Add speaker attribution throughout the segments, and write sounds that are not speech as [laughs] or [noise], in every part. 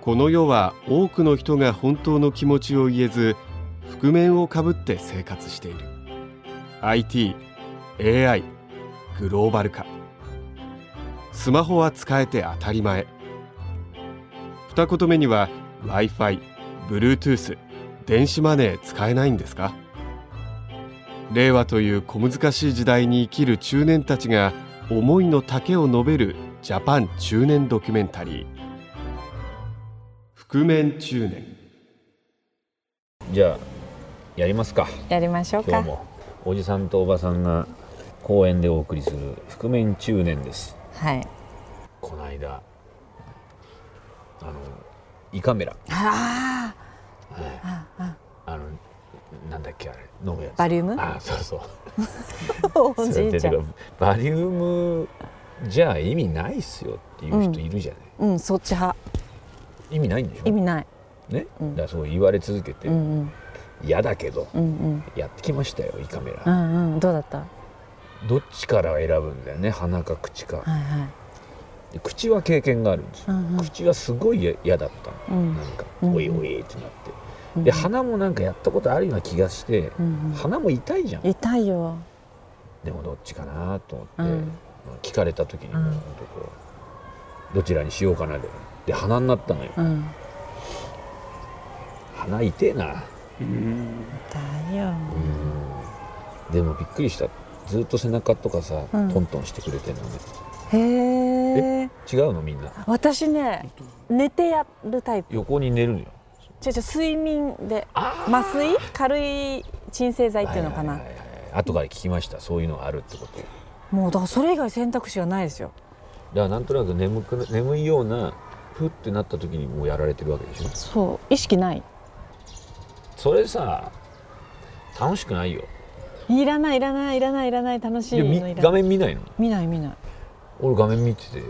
Speaker 1: この世は多くの人が本当の気持ちを言えず覆面をかぶって生活している IT、AI、グローバル化スマホは使えて当たり前二言目には Wi-Fi、Bluetooth、電子マネー使えないんですか令和という小難しい時代に生きる中年たちが思いの丈を述べるジャパン中年ドキュメンタリー覆面中年
Speaker 2: じゃあやりますか
Speaker 3: やりましょう
Speaker 2: 今
Speaker 3: か
Speaker 2: 日もおじさんとおばさんが公園でお送りする覆面中年です
Speaker 3: はい
Speaker 2: この間あの胃カメラ
Speaker 3: あ
Speaker 2: あのなんだっけあれ飲むやつ
Speaker 3: バリウム
Speaker 2: あそうそう
Speaker 3: あ [laughs] おじ
Speaker 2: [laughs]
Speaker 3: いちゃ
Speaker 2: それでて
Speaker 3: ん
Speaker 2: かバリウムじゃあ意味ないっすよっていう人いるじゃない、
Speaker 3: うんそっち派
Speaker 2: 意味ないんでしょ
Speaker 3: 意味ない
Speaker 2: ね、だからそう言われ続けて
Speaker 3: うん
Speaker 2: 嫌、だけど、
Speaker 3: うんうん
Speaker 2: やってきましたよ胃カメラ、
Speaker 3: うんうんうんどうだったは
Speaker 2: どっちから選ぶんだよね鼻か口か、
Speaker 3: いはい
Speaker 2: で口は経験があるんですよ、
Speaker 3: うんうん
Speaker 2: 口はすごいや嫌だったの、
Speaker 3: うん
Speaker 2: なんか、
Speaker 3: うん
Speaker 2: おいおいってなって、
Speaker 3: うん
Speaker 2: で鼻もなんかやったことあるような気がして、
Speaker 3: うん
Speaker 2: 鼻も痛いじゃん、
Speaker 3: うん痛いよ
Speaker 2: でもどっちかなと思って、
Speaker 3: うん
Speaker 2: まあ聞かれた時にも
Speaker 3: うん
Speaker 2: う本当こうどちらにしようかなでで鼻になったのよ
Speaker 3: うん
Speaker 2: 鼻痛えな
Speaker 3: 痛いよ
Speaker 2: でもびっくりしたずっと背中とかさ、
Speaker 3: うん
Speaker 2: トントンしてくれてるのね
Speaker 3: へえ
Speaker 2: 違うのみんな
Speaker 3: 私ね寝てやるタイプ
Speaker 2: 横に寝るのよ
Speaker 3: 違う違う睡眠で
Speaker 2: あ
Speaker 3: 麻酔軽い鎮静剤っていうのか
Speaker 2: はい
Speaker 3: な
Speaker 2: はいはいはい後から聞きましたそういうのがあるってことだか
Speaker 3: もうだからそれ以外選択肢がないですよ
Speaker 2: らなんとなく眠くな眠いようなふってなった時にもうやられてるわけでしょ
Speaker 3: そう意識ない
Speaker 2: それさ楽しくないよ
Speaker 3: いらないいらないいらないいらない楽しい
Speaker 2: で
Speaker 3: のい
Speaker 2: み
Speaker 3: らない
Speaker 2: 画面見ないの
Speaker 3: 見ない見ない
Speaker 2: 俺画面見てて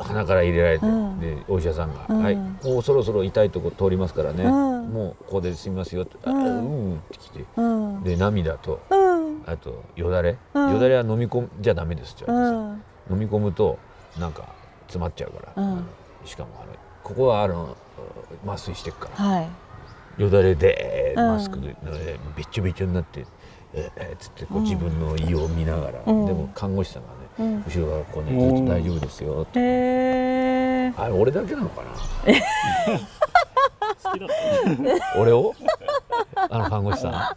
Speaker 2: 鼻から入れられて、
Speaker 3: うん
Speaker 2: でお医者さんが、
Speaker 3: うん
Speaker 2: はいもうそろそろ痛いとこ通りますからね、
Speaker 3: うん
Speaker 2: もうここで済みますよ」って「あ
Speaker 3: うん
Speaker 2: うん」って来て
Speaker 3: うん
Speaker 2: で涙と
Speaker 3: うん
Speaker 2: あとよだれ、
Speaker 3: うん
Speaker 2: よだれは飲み込んじゃダメですって言われてさ、
Speaker 3: うん
Speaker 2: 飲み込むとなんか詰まっちゃうから、
Speaker 3: うん
Speaker 2: あのしかもあのここはあの麻酔してっから
Speaker 3: はい
Speaker 2: よだれで
Speaker 3: うん
Speaker 2: マスクのえーべっちょべちょになって「えーえーっつってこう自分の胃を見ながら、
Speaker 3: うん
Speaker 2: でも看護師さんがね、
Speaker 3: うん
Speaker 2: 後ろからこうね「ずっと大丈夫ですよ」って
Speaker 3: へえ
Speaker 2: あれ俺だけなのかな [laughs] 俺をあの看護師さ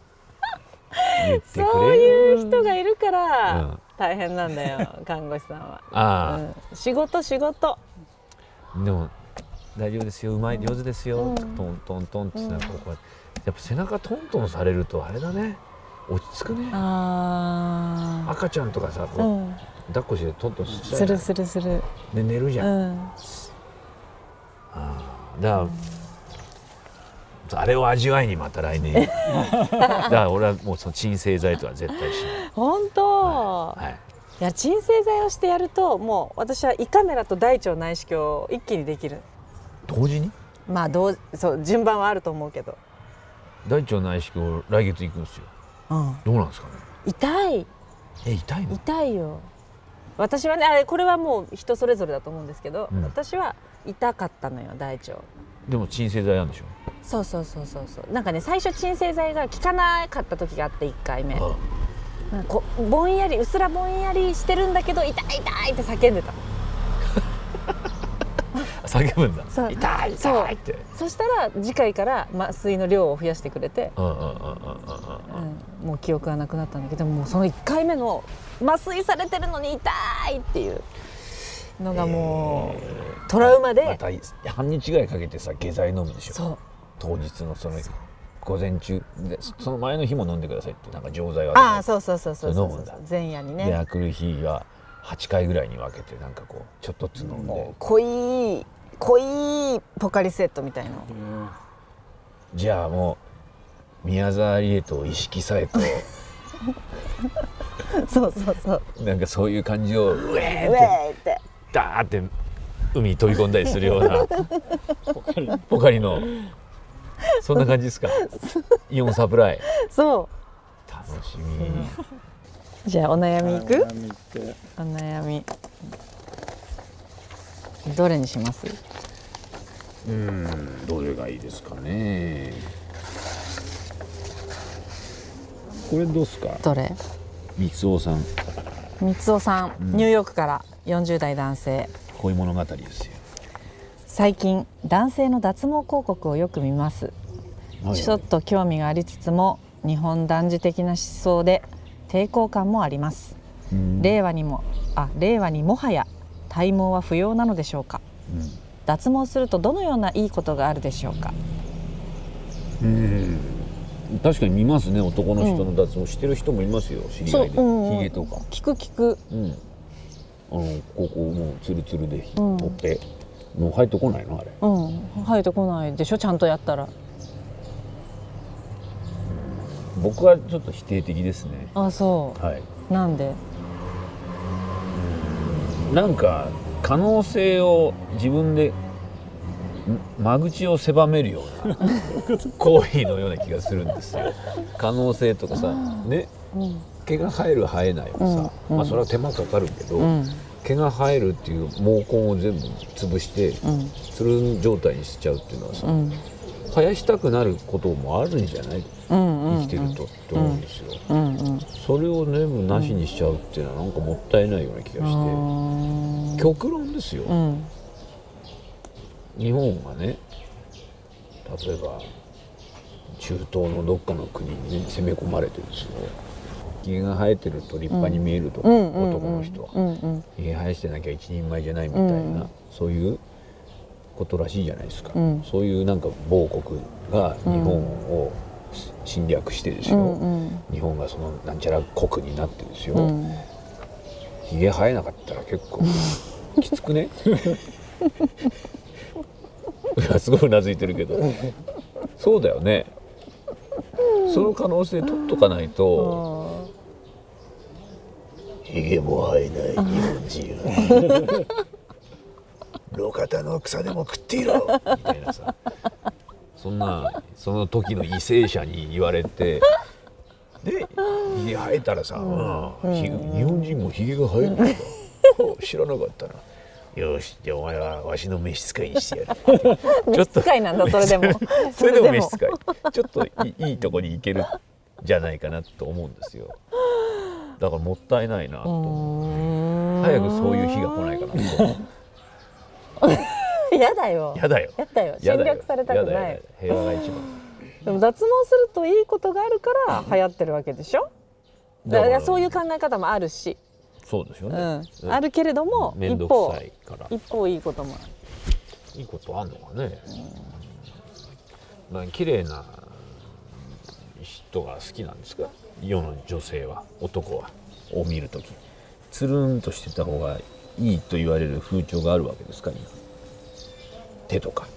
Speaker 2: ん言ってくれよ
Speaker 3: そういう人がいるから、
Speaker 2: うん
Speaker 3: 大変なんだ
Speaker 2: [laughs]
Speaker 3: よ看護師さんは、
Speaker 2: ああ、
Speaker 3: うん仕事仕事
Speaker 2: でも大丈夫ですようまい上手ですよ、
Speaker 3: うん
Speaker 2: トントントンってなんかこうやってやっぱ背中トントンされるとあれだね落ち着くね
Speaker 3: あ
Speaker 2: 赤ちゃんとかさ
Speaker 3: う
Speaker 2: こう、
Speaker 3: ん
Speaker 2: 抱っこしてトントンす
Speaker 3: す
Speaker 2: るじゃ
Speaker 3: る
Speaker 2: ん
Speaker 3: するする
Speaker 2: で寝るじ
Speaker 3: う
Speaker 2: ゃん、あ
Speaker 3: ん
Speaker 2: あだから、あれを味わいにまた来
Speaker 3: [laughs]
Speaker 2: 年だから俺はもうその鎮静剤とは絶対しない
Speaker 3: 本当、
Speaker 2: はい
Speaker 3: い、や鎮静剤をしてやるともう私は胃カメラと大腸内視鏡を一気にできる
Speaker 2: 同時に
Speaker 3: まあどうそう順番はあると思うけど、
Speaker 2: 大腸内視鏡来月行くんですよ
Speaker 3: うん、
Speaker 2: どうなんですかね
Speaker 3: 痛い
Speaker 2: え痛いの
Speaker 3: 痛いよ私はねあれこれはもう人それぞれだと思うんですけど、
Speaker 2: うん
Speaker 3: 私は痛かったのよ大腸
Speaker 2: でも鎮静剤あるんでしょ
Speaker 3: そうそうそうそうそうなんかね最初鎮静剤が効かなかった時があって1回目
Speaker 2: あ
Speaker 3: なんかこうぼんやりうっすらぼんやりしてるんだけど痛い痛いって叫んでた
Speaker 2: あ叫ぶんだ
Speaker 3: そう
Speaker 2: 痛い
Speaker 3: そう
Speaker 2: 痛いって
Speaker 3: そしたら次回から麻酔の量を増やしてくれて、
Speaker 2: うんうんうんうんうんうん
Speaker 3: うん、もう記憶がなくなったんだけどもうその1回目の麻酔されてるのに痛いっていうのがもう、トラウマで、
Speaker 2: また半日ぐらいかけてさ下剤飲むでしょ
Speaker 3: そう
Speaker 2: 当日のその午前中でそその前の日も飲んでくださいってなんか錠剤
Speaker 3: ああ
Speaker 2: は
Speaker 3: そうそうそうそうそ
Speaker 2: それ
Speaker 3: う
Speaker 2: 飲む
Speaker 3: そ
Speaker 2: んだ
Speaker 3: う前夜に
Speaker 2: で
Speaker 3: ね
Speaker 2: 明くる日は8回ぐらいに分けてなんかこうちょっとずつ飲んで
Speaker 3: 濃い濃いポカリセットみたいな
Speaker 2: じゃあもう宮沢りえと意識さえと
Speaker 3: そうそうそう
Speaker 4: [laughs]
Speaker 2: なんかそういう感じをうえー
Speaker 3: ウェ
Speaker 2: って
Speaker 3: ーって
Speaker 2: ダーって海に飛び込んだりするよ
Speaker 4: [laughs]
Speaker 2: うなポカリのそんな感じですかイオンサプライ
Speaker 3: そ
Speaker 2: 楽しみ
Speaker 3: うじゃあお悩みいく
Speaker 4: 悩みって
Speaker 3: お悩みどれにします
Speaker 4: うんどれがいいですかねこれどうっすか
Speaker 3: どれ
Speaker 4: 三尾さん
Speaker 3: 三尾さん、ニューヨークから40代男性
Speaker 4: 恋物語ですよ、
Speaker 3: 最近男性の脱毛広告をよく見ます
Speaker 4: はい
Speaker 3: ちょっと興味がありつつも日本男児的な思想で抵抗感もあります
Speaker 4: うん
Speaker 3: 令和にもあ令和にもはや体毛は不要なのでしょうか脱毛するとどのようないいことがあるでしょうか
Speaker 4: 確かに見ますね男の人の脱毛してる人もいますよ知り合いで
Speaker 3: そううんうん
Speaker 4: ひげとか、
Speaker 3: 聞く聞く
Speaker 4: うん、あのここもうツルツルで
Speaker 3: うん
Speaker 4: ほっぺもう入ってこないのあれ
Speaker 3: うん生えてこないでしょちゃんとやったら
Speaker 4: 僕はちょっと否定的ですね
Speaker 3: あそ
Speaker 4: はい、
Speaker 3: うなんで
Speaker 4: なんか可能性を自分でん間口を狭めるよう
Speaker 3: [laughs]
Speaker 4: な
Speaker 2: 行為のような気がするんですよ可能性とかさね
Speaker 3: うん
Speaker 2: 毛が生える生えないもさ、
Speaker 3: うん
Speaker 2: まあそれは手間かかるけど、
Speaker 3: うん
Speaker 2: 毛が生えるっていう毛根を全部潰して
Speaker 3: うん
Speaker 2: つるん状態にしちゃうっていうのはさ、
Speaker 3: うん
Speaker 2: 生やしたくなることもあるんじゃない
Speaker 3: うんうん
Speaker 2: 生きてるとって思うんですよ、
Speaker 3: うんうん
Speaker 2: それを全部なしにしちゃうっていうのはなんかもったいないような気がして、
Speaker 3: あー
Speaker 2: 極論ですよ、
Speaker 3: うん
Speaker 2: 日本がね例えば中東のどっかの国に攻め込まれてるんですよ家が生えてると立派に見えると、
Speaker 3: うんうん
Speaker 2: 男の人は、
Speaker 3: うんうん
Speaker 2: 家生やしてなきゃ一人前じゃないみたいな、
Speaker 3: うん
Speaker 2: そういうことらしいじゃないですか、
Speaker 3: うん
Speaker 2: そういうなんか某国が日本を侵略してです
Speaker 3: う
Speaker 2: よ、
Speaker 3: んうん
Speaker 2: 日本がそのなんちゃら国になってですよ、
Speaker 3: うん
Speaker 2: ひげ生えなかったら結構きつくね [laughs] いやすごいうなずいてるけどそうだよねその可能性取っとかないと
Speaker 5: ひげも生えない日本人路肩の草でも食っていろ
Speaker 2: みたいなさそんなその時の為政者に言われてでひげ生えたらさ、うんひ日本人もひげが生え [laughs] るんだ、ほう知らなかったなよしじゃあお前はわしの召使いにしてやる
Speaker 3: 召使いなん [laughs] だそれでも
Speaker 2: [laughs] それでも召使いちょっといいいいとこに行けるじゃないかなと思うんですよだからもったいないなと早くそういう日が来ないかなと
Speaker 3: い [laughs] やだよ
Speaker 2: [laughs] やだよ
Speaker 3: やだよ
Speaker 2: や
Speaker 3: 侵
Speaker 2: だよ
Speaker 3: 略されたく
Speaker 2: やだ
Speaker 3: な
Speaker 2: よ
Speaker 3: い
Speaker 2: 平和が一番
Speaker 3: でも脱毛するといいことがあるから流行ってるわけでしょだからそういう考え方もあるし、
Speaker 2: そうですよ
Speaker 3: う
Speaker 2: ね、
Speaker 3: ん、あるけれども
Speaker 2: 面
Speaker 3: 一
Speaker 2: 倒く
Speaker 3: 方
Speaker 2: さいから
Speaker 3: 一方いいこともある
Speaker 2: いいことあんのかね、まあ綺麗な人が好きなんですか世の女性は男はを見るときつるんとしてた方がいいと言われる風潮があるわけですか今手とか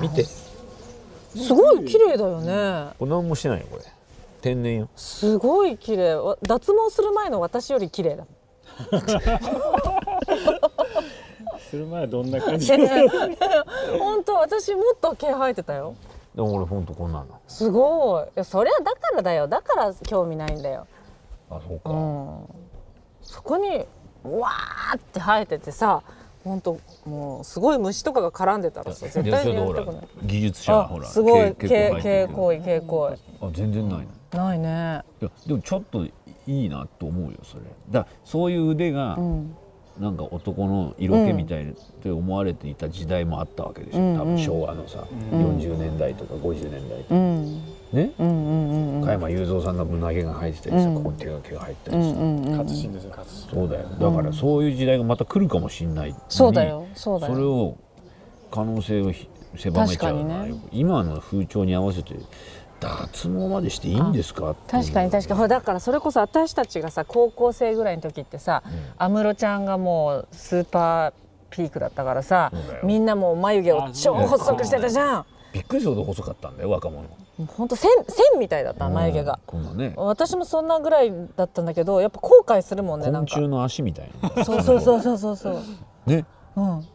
Speaker 2: 見て
Speaker 3: すごい綺麗だよね
Speaker 2: これ何もしてないよこれ天然よ
Speaker 3: すごい綺麗わ脱毛する前の私より綺麗だ
Speaker 6: する前はどんな感じ
Speaker 3: [laughs] 本当私もっと毛生えてたよ
Speaker 2: でも俺ほんとこんなの
Speaker 3: すごいいやそりゃだからだよだから興味ないんだよ
Speaker 2: あそう
Speaker 3: う
Speaker 2: か、
Speaker 3: んそこにうわーって生えててさ本当もうすごい虫とかが絡んでたらさ絶
Speaker 2: で
Speaker 3: 対
Speaker 2: それ
Speaker 3: に
Speaker 2: で
Speaker 3: やり
Speaker 2: ほ
Speaker 3: たくな
Speaker 2: ら
Speaker 3: い
Speaker 2: 技術者はほ
Speaker 3: あ
Speaker 2: ら
Speaker 3: すごい
Speaker 2: 毛
Speaker 3: け
Speaker 2: 結構生えてるけど
Speaker 3: 蛍光蛍光
Speaker 2: あ全然ないの
Speaker 3: ないね
Speaker 4: いやでもちょっといいなと思うよそれだからそういう腕が
Speaker 3: うん
Speaker 4: なんか男の色気みたいって思われていた時代もあったわけでしょ、
Speaker 3: うんうん
Speaker 4: 多分昭和のさ、40年代とか50年代とか、
Speaker 3: うん
Speaker 4: ね
Speaker 3: うんうんうん
Speaker 4: 加山雄三さんが胸毛が生えてたりさ、
Speaker 3: うん
Speaker 4: ここに手が毛が入った
Speaker 3: う
Speaker 4: りさ、
Speaker 3: んうんうん
Speaker 6: 活心ですよ活心
Speaker 4: そうだよだからそういう時代がまた来るかもしれないのに
Speaker 3: そうだよそうだ
Speaker 4: それ
Speaker 3: よ
Speaker 4: を可能性をひ狭めちゃうのは
Speaker 3: 確かに
Speaker 4: よく今の風潮に合わせて脱毛までしていいんですかっていう
Speaker 3: 確かに確かにほらだからそれこそ私たちがさ高校生ぐらいの時ってさ安室、ちゃんがもうスーパーピークだったからさみんなもう眉毛を超細くしてたじゃん
Speaker 4: びっくりするほど細かったんだよ若者
Speaker 3: もうほんと線線みたいだった眉毛が
Speaker 4: こんなね
Speaker 3: 私もそんなぐらいだったんだけどやっぱ後悔するもんねな
Speaker 4: 昆
Speaker 3: んか
Speaker 4: 虫の足みたいな
Speaker 3: そうそうそうそうそうそう
Speaker 4: ね
Speaker 3: うん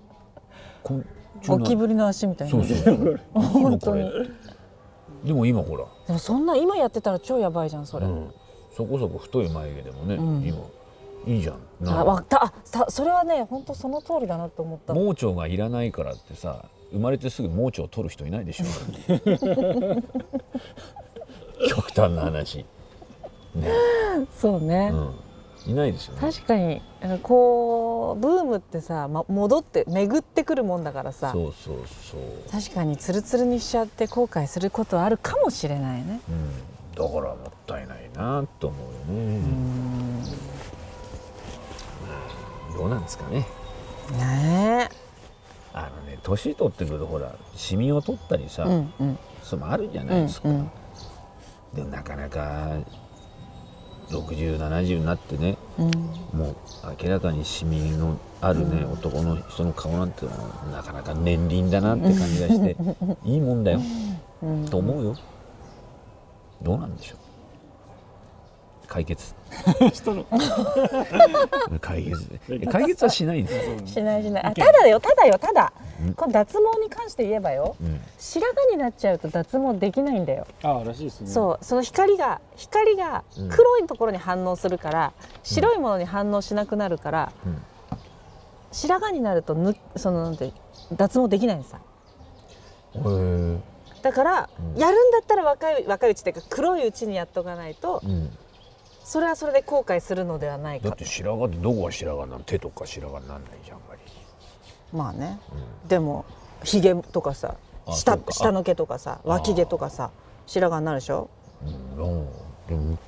Speaker 4: 昆虫
Speaker 3: ゴキ
Speaker 4: の
Speaker 3: ブリの足みたいな
Speaker 4: そうそう今これ
Speaker 3: 本
Speaker 4: でも今ほら、
Speaker 3: でもそんな今やってたら超やばいじゃんそれ、
Speaker 4: うん、そこそこ太い眉毛でもね、今いいじゃんなん
Speaker 3: あ
Speaker 4: か
Speaker 3: わかったあさそれはね本当その通りだなと思った
Speaker 4: 盲腸がいらないからってさ生まれてすぐ盲腸を取る人いない
Speaker 3: [laughs]
Speaker 4: でしょ極端な話ね、
Speaker 3: そうね、
Speaker 4: うん、いないですよね
Speaker 3: 確かにあのこうブームってさ、ま、戻って巡ってくるもんだからさ
Speaker 4: そうそうそう、
Speaker 3: 確かにツルツルにしちゃって後悔することはあるかもしれないね
Speaker 4: うん、だからもったいないなと思うよね、どうなんですかね
Speaker 3: ね
Speaker 4: あのね年取ってくるとほらシミを取ったりさ、
Speaker 3: えうんうん
Speaker 4: それもあるじゃ
Speaker 3: う
Speaker 4: ない
Speaker 3: ん
Speaker 4: ですか、
Speaker 3: うん
Speaker 4: でもなかなか6070になってね
Speaker 3: うん
Speaker 4: もう明らかにシミのあるね、男の人の顔なんてのはなかなか年輪だなって感じがしていいもんだよ、と思うよどうなんでしょう解決解決え解決はしないんですよ、
Speaker 3: しないしないあただよただよただこの脱毛に関して言えばよ
Speaker 4: うん
Speaker 3: 白髪になっちゃうと脱毛できないんだよ
Speaker 6: ああらしいですね
Speaker 3: そうその光が光が黒いところに反応するから、白いものに反応しなくなるから、
Speaker 4: うん
Speaker 3: 白髪になるとぬそのなんて脱毛できないんですさ
Speaker 4: へ
Speaker 3: だから、やるんだったら若い若いうちっていうか黒いうちにやっとかないと、
Speaker 4: えうん
Speaker 3: それはそれで後悔するのではない
Speaker 2: だっ
Speaker 3: か
Speaker 2: て白髪ってどこが白髪なの手とか白髪になんないじゃんあんまり
Speaker 3: まあね、でもひげとかさ
Speaker 4: あ
Speaker 3: 下
Speaker 4: そうか
Speaker 3: 下の毛とかさ脇毛とかさ白髪になるでしょ
Speaker 2: うんでも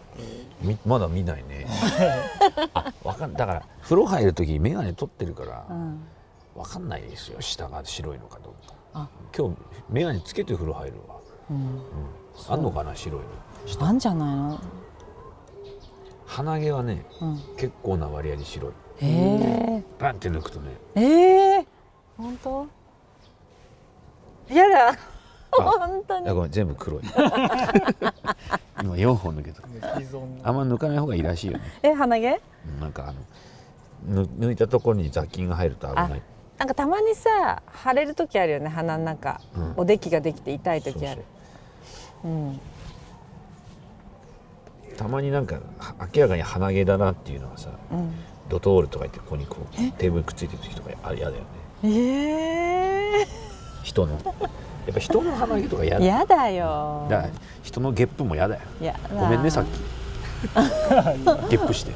Speaker 2: みまだ見ないねあわかんだから風呂入る時眼鏡取ってるから、わかんないですよ下が白いのかどうか今日眼鏡つけて風呂入るわ、うんあんのかな白いの
Speaker 3: なんじゃないの
Speaker 2: 鼻毛はね、
Speaker 3: ん
Speaker 2: 結構な割合に白い
Speaker 3: へえ
Speaker 2: バンって抜くとね
Speaker 3: ええ本当やだ本当に
Speaker 2: あごめん全部黒い今4本抜けた
Speaker 6: 既存
Speaker 2: あんま抜かない方がいいらしいよね
Speaker 3: え鼻毛
Speaker 2: うんなんかあのぬ抜いたところに雑菌が入ると危ない
Speaker 3: なんかたまにさ腫れる時あるよね鼻の中、
Speaker 2: うん
Speaker 3: おできができて痛い時あ
Speaker 2: そ
Speaker 3: る
Speaker 2: う
Speaker 3: うん
Speaker 2: そうたまになんかは明らかに鼻毛だなっていうのがさ
Speaker 3: うん
Speaker 2: ドトールとか言ってここにこうテーブルくっついてる時とかあれ嫌だよね
Speaker 3: え
Speaker 2: 人のやっぱ人の鼻毛とか嫌
Speaker 3: ー、
Speaker 2: だ
Speaker 3: やだよ
Speaker 2: だから人のゲップも嫌だよ
Speaker 3: やだ
Speaker 2: ごめんねさっき
Speaker 3: [laughs]
Speaker 2: ゲップして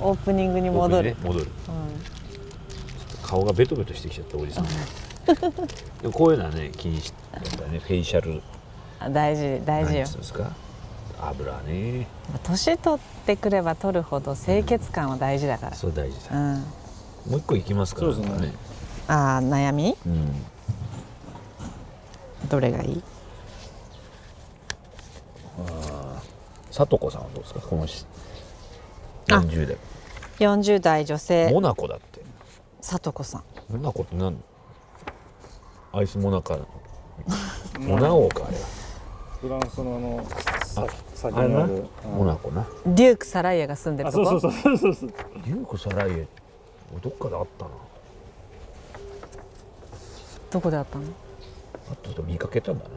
Speaker 3: オープニングに戻る、
Speaker 2: 僕にね戻る、ちょっと顔がベトベトしてきちゃったおじさ
Speaker 3: [laughs]
Speaker 2: んでもこういうのはね気にしてやっぱりねフェイシャル
Speaker 3: あ大事大事
Speaker 2: 何
Speaker 3: よ
Speaker 2: つうんですか油ね
Speaker 3: 年取ってくれば取るほど清潔感は大事だから
Speaker 2: それ大事
Speaker 3: う
Speaker 2: だ、
Speaker 3: ん
Speaker 2: もう一個いきますから
Speaker 6: そうですね
Speaker 3: あー悩み
Speaker 2: うん
Speaker 3: どれがいい
Speaker 2: さとこさんはどうですかこのし
Speaker 3: あ
Speaker 2: 40代
Speaker 3: 40代女性
Speaker 2: モナコだって
Speaker 3: さとこさん
Speaker 2: モナコって何アイスモナカモナ王かあれは
Speaker 6: フランスのあのさ先
Speaker 2: あれ
Speaker 6: にあ
Speaker 2: な
Speaker 6: る
Speaker 2: モナコな
Speaker 3: デュークサライエが住んでる
Speaker 6: あ
Speaker 3: とこ
Speaker 6: そうそうそうそうそう
Speaker 2: リュークサライエどっかであったな
Speaker 3: どこであったの
Speaker 2: あとで見かけたんだね、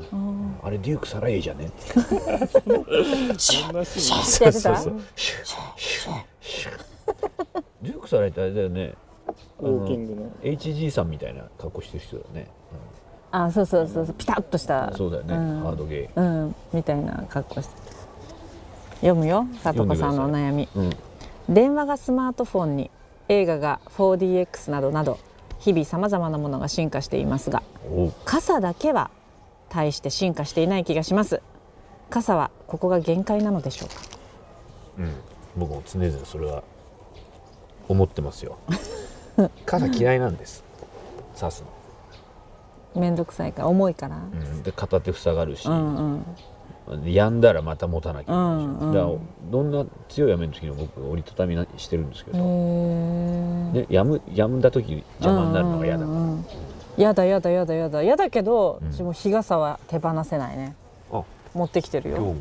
Speaker 2: あれデュークサライエじゃね
Speaker 6: そんなシーン
Speaker 3: 知ってた
Speaker 2: シュッシュッシュッデュークサライエってあれだよね
Speaker 6: ウォーキングの
Speaker 2: HG さんみたいな格好してる人だよね、
Speaker 3: あそうそうそうそうピタッとした
Speaker 2: うんそうだよね、
Speaker 3: うん
Speaker 2: ハードゲ
Speaker 3: うん、みたいな格好して読むよさとこさんのお悩み、
Speaker 2: ーうん
Speaker 3: 電話がスマートフォンに映画が 4DX などなど日々さまざまなものが進化していますが
Speaker 2: おう
Speaker 3: 傘だけは大して進化していない気がします傘はここが限界なのでしょうか
Speaker 2: 僕も常々それは思ってます
Speaker 3: [laughs]
Speaker 2: よ傘嫌いなんです刺すの、
Speaker 3: 面倒くさいから重いから、
Speaker 2: うんで片手塞がるし、
Speaker 3: うんうん、
Speaker 2: やんだらまた持たなきゃいけないし、
Speaker 3: うんうん
Speaker 2: だからどんな強い雨の時にも僕折りたたみなしてるんですけど、ね、やむやんだ時邪魔になるのが嫌だから、
Speaker 3: やだやだやだやだやだけど、うちも日傘は手放せないね
Speaker 2: あ
Speaker 3: 持ってきてるよ
Speaker 2: 今日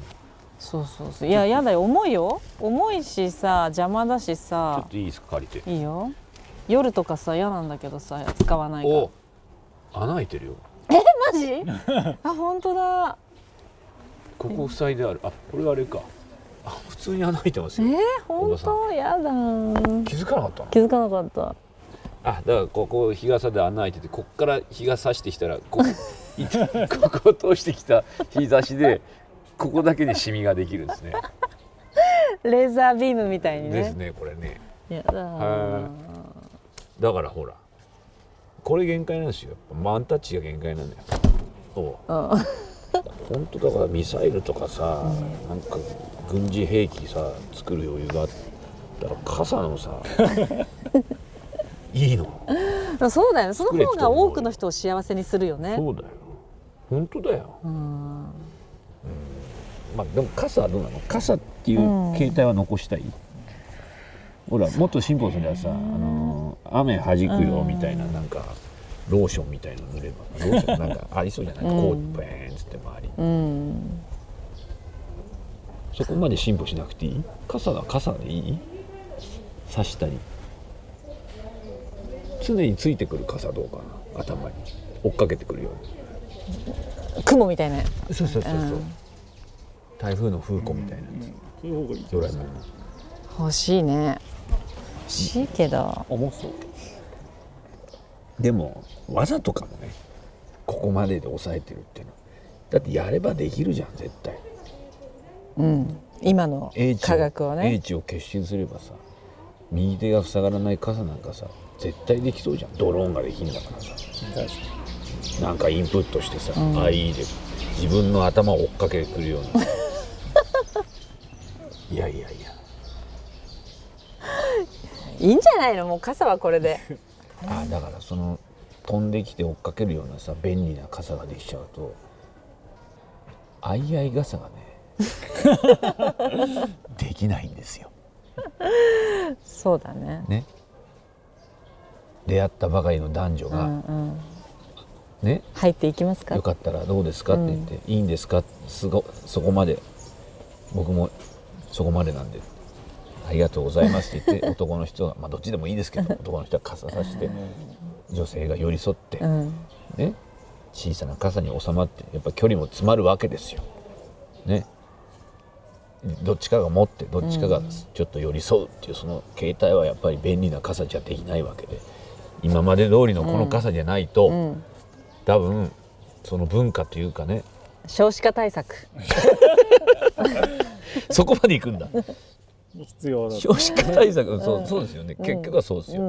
Speaker 3: そうそうそういややだよ重いよ重いしさ邪魔だし
Speaker 2: ちょ
Speaker 3: さ
Speaker 2: っといいですか借りて
Speaker 3: いいよ夜とかさ嫌なんだけどさ使わないから
Speaker 2: お穴開いてるよ
Speaker 3: マジ
Speaker 2: [laughs]
Speaker 3: あ本当だ
Speaker 2: ここ塞いであるあこれあれかあ普通に穴開いてます
Speaker 3: え
Speaker 2: よ
Speaker 3: ー、本
Speaker 2: おば
Speaker 3: 当やだ
Speaker 2: 気づかなかったの
Speaker 3: 気づかなかった
Speaker 7: あだからここ日傘で穴開いててこっから日が差してきたらここい [laughs] つここを通してきた日差しでここだけでシミができるんですね。
Speaker 3: レーザービームみたいに
Speaker 7: です
Speaker 3: ね
Speaker 7: ねこれね。
Speaker 3: やだー
Speaker 7: だからほらこれ限界なんですよ。やっぱマンタッチが限界なんだよ。そう。
Speaker 2: 本当だからミサイルとかさ、なんか軍事兵器さ作る余裕があったら傘のさ
Speaker 7: いいの。
Speaker 3: そうだよねその
Speaker 7: 作れて
Speaker 3: 方
Speaker 7: た
Speaker 3: が
Speaker 7: と思うよ
Speaker 3: 多くの人を幸せにするよね
Speaker 7: そうだよ。本当だよ。
Speaker 3: うん
Speaker 2: まあでも傘はどうなの傘っていう形態は残したい、ほらもっと辛抱すればさ、あのー雨弾くよみたいななんかローションみたいなの塗ればローションなんかありそうじゃない、こうペーンっつって周りに、
Speaker 3: うん
Speaker 2: そこまで進歩しなくていい傘は傘でいい差したり常についてくる傘どうかな頭に追っかけてくるよ
Speaker 3: 雲みたいな
Speaker 2: うにそうそうそうそう、台風の風庫みたいなやつ、
Speaker 6: そういう方がいい
Speaker 2: ドラえもんの
Speaker 3: 欲しいね欲しいけど
Speaker 6: 重そう
Speaker 2: でも技とかもねここまでで抑えてるっていうのはだってやればできるじゃん絶対
Speaker 3: 今の
Speaker 2: 英知
Speaker 3: 科学を
Speaker 2: 英
Speaker 3: ね
Speaker 2: 知を結集すればさ右手が塞がらない傘なんかさ絶対できそうじゃんドローンができんだからさなんかインプットしてさ、あいいで自分の頭を追っかけてくるようないやいやいや
Speaker 3: いいんじゃないのもう傘はこ
Speaker 2: [laughs]
Speaker 3: れで
Speaker 2: あだからその飛んできて追っかけるようなさ便利な傘ができちゃうとあいあい傘がね
Speaker 3: [laughs]
Speaker 2: できないんですよ。
Speaker 3: そうだね
Speaker 2: ね出会ったばかりの男女
Speaker 3: う
Speaker 2: が
Speaker 3: んうん
Speaker 2: 「ね
Speaker 3: 入っていきますか
Speaker 2: よかったらどうですか?」って言って「いいんですかすごそこまで僕もそこまでなんでありがとうございます」って言って男の人がまあどっちでもいいですけど男の人は傘さして女性が寄り添って。
Speaker 3: うん
Speaker 2: ね、小さな傘に収まってやっぱ距離も詰まるわけですよ。ね、どっちかが持ってどっちかがちょっと寄り添うっていうその携帯はやっぱり便利な傘じゃできないわけで今まで通りのこの傘じゃないと、多分その文化というかね
Speaker 3: 少子化対策
Speaker 2: そこまでいくんだ
Speaker 6: 必要だと
Speaker 2: 少子化対策そうそうですよね結局はそうですよ、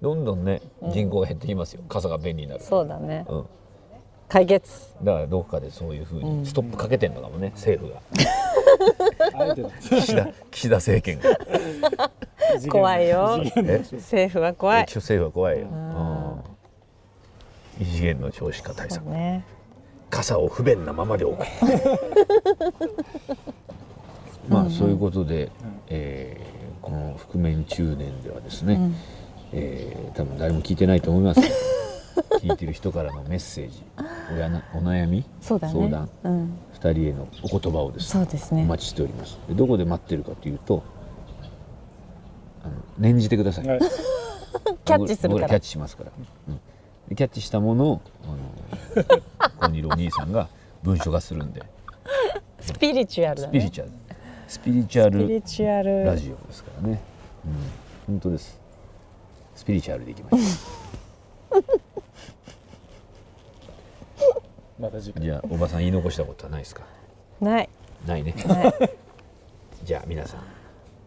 Speaker 2: どんどんね人口が減ってきますよ傘が便利になる
Speaker 3: そうだね
Speaker 2: うん、
Speaker 3: 解決
Speaker 2: だからどっかでそういうふうにストップかけてんのかもね政府が。
Speaker 6: あえて [laughs] だ
Speaker 2: 岸 [laughs] 田岸田政権が
Speaker 3: 怖いよ
Speaker 6: 異次元の
Speaker 2: え
Speaker 3: 政府は怖い
Speaker 2: 一応政府は怖いよ、うん異次元の少子化対策
Speaker 3: ね
Speaker 2: 傘を不便なままで置く [laughs] まあそういうことで、えーこの覆面中年ではですね、えー多分誰も聞いてないと思います [laughs] 聞いてる人からのメッセージおやなお悩み
Speaker 3: そうだね
Speaker 2: 相談、
Speaker 3: うん
Speaker 2: 2人へのお言葉をですね
Speaker 3: そうですね
Speaker 2: お待ちしておりますでどこで待ってるかというとあの念じてください
Speaker 6: はい
Speaker 3: キャッチする
Speaker 2: 僕
Speaker 3: から
Speaker 2: キャッチしますから、うんでキャッチしたものをあ
Speaker 3: [laughs]
Speaker 2: のここにいるお兄さんが文書化するんで
Speaker 3: スピリチュアルだ
Speaker 2: スピリ
Speaker 3: ね
Speaker 2: チュアルスピリチュア
Speaker 3: スピリ
Speaker 2: ル
Speaker 3: チュア
Speaker 2: ラ
Speaker 3: ル
Speaker 2: ジオですからね、うん、本当ですスピリチュアルでいきま
Speaker 3: [laughs]
Speaker 2: し
Speaker 6: また次
Speaker 2: ょ
Speaker 6: 回
Speaker 2: うじゃあおばさん言い残したことはないですか
Speaker 3: ない
Speaker 2: ないね [laughs]
Speaker 3: ない
Speaker 2: じゃあ皆さん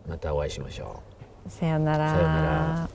Speaker 2: またお会いしましょう
Speaker 3: さよなら
Speaker 2: さよなら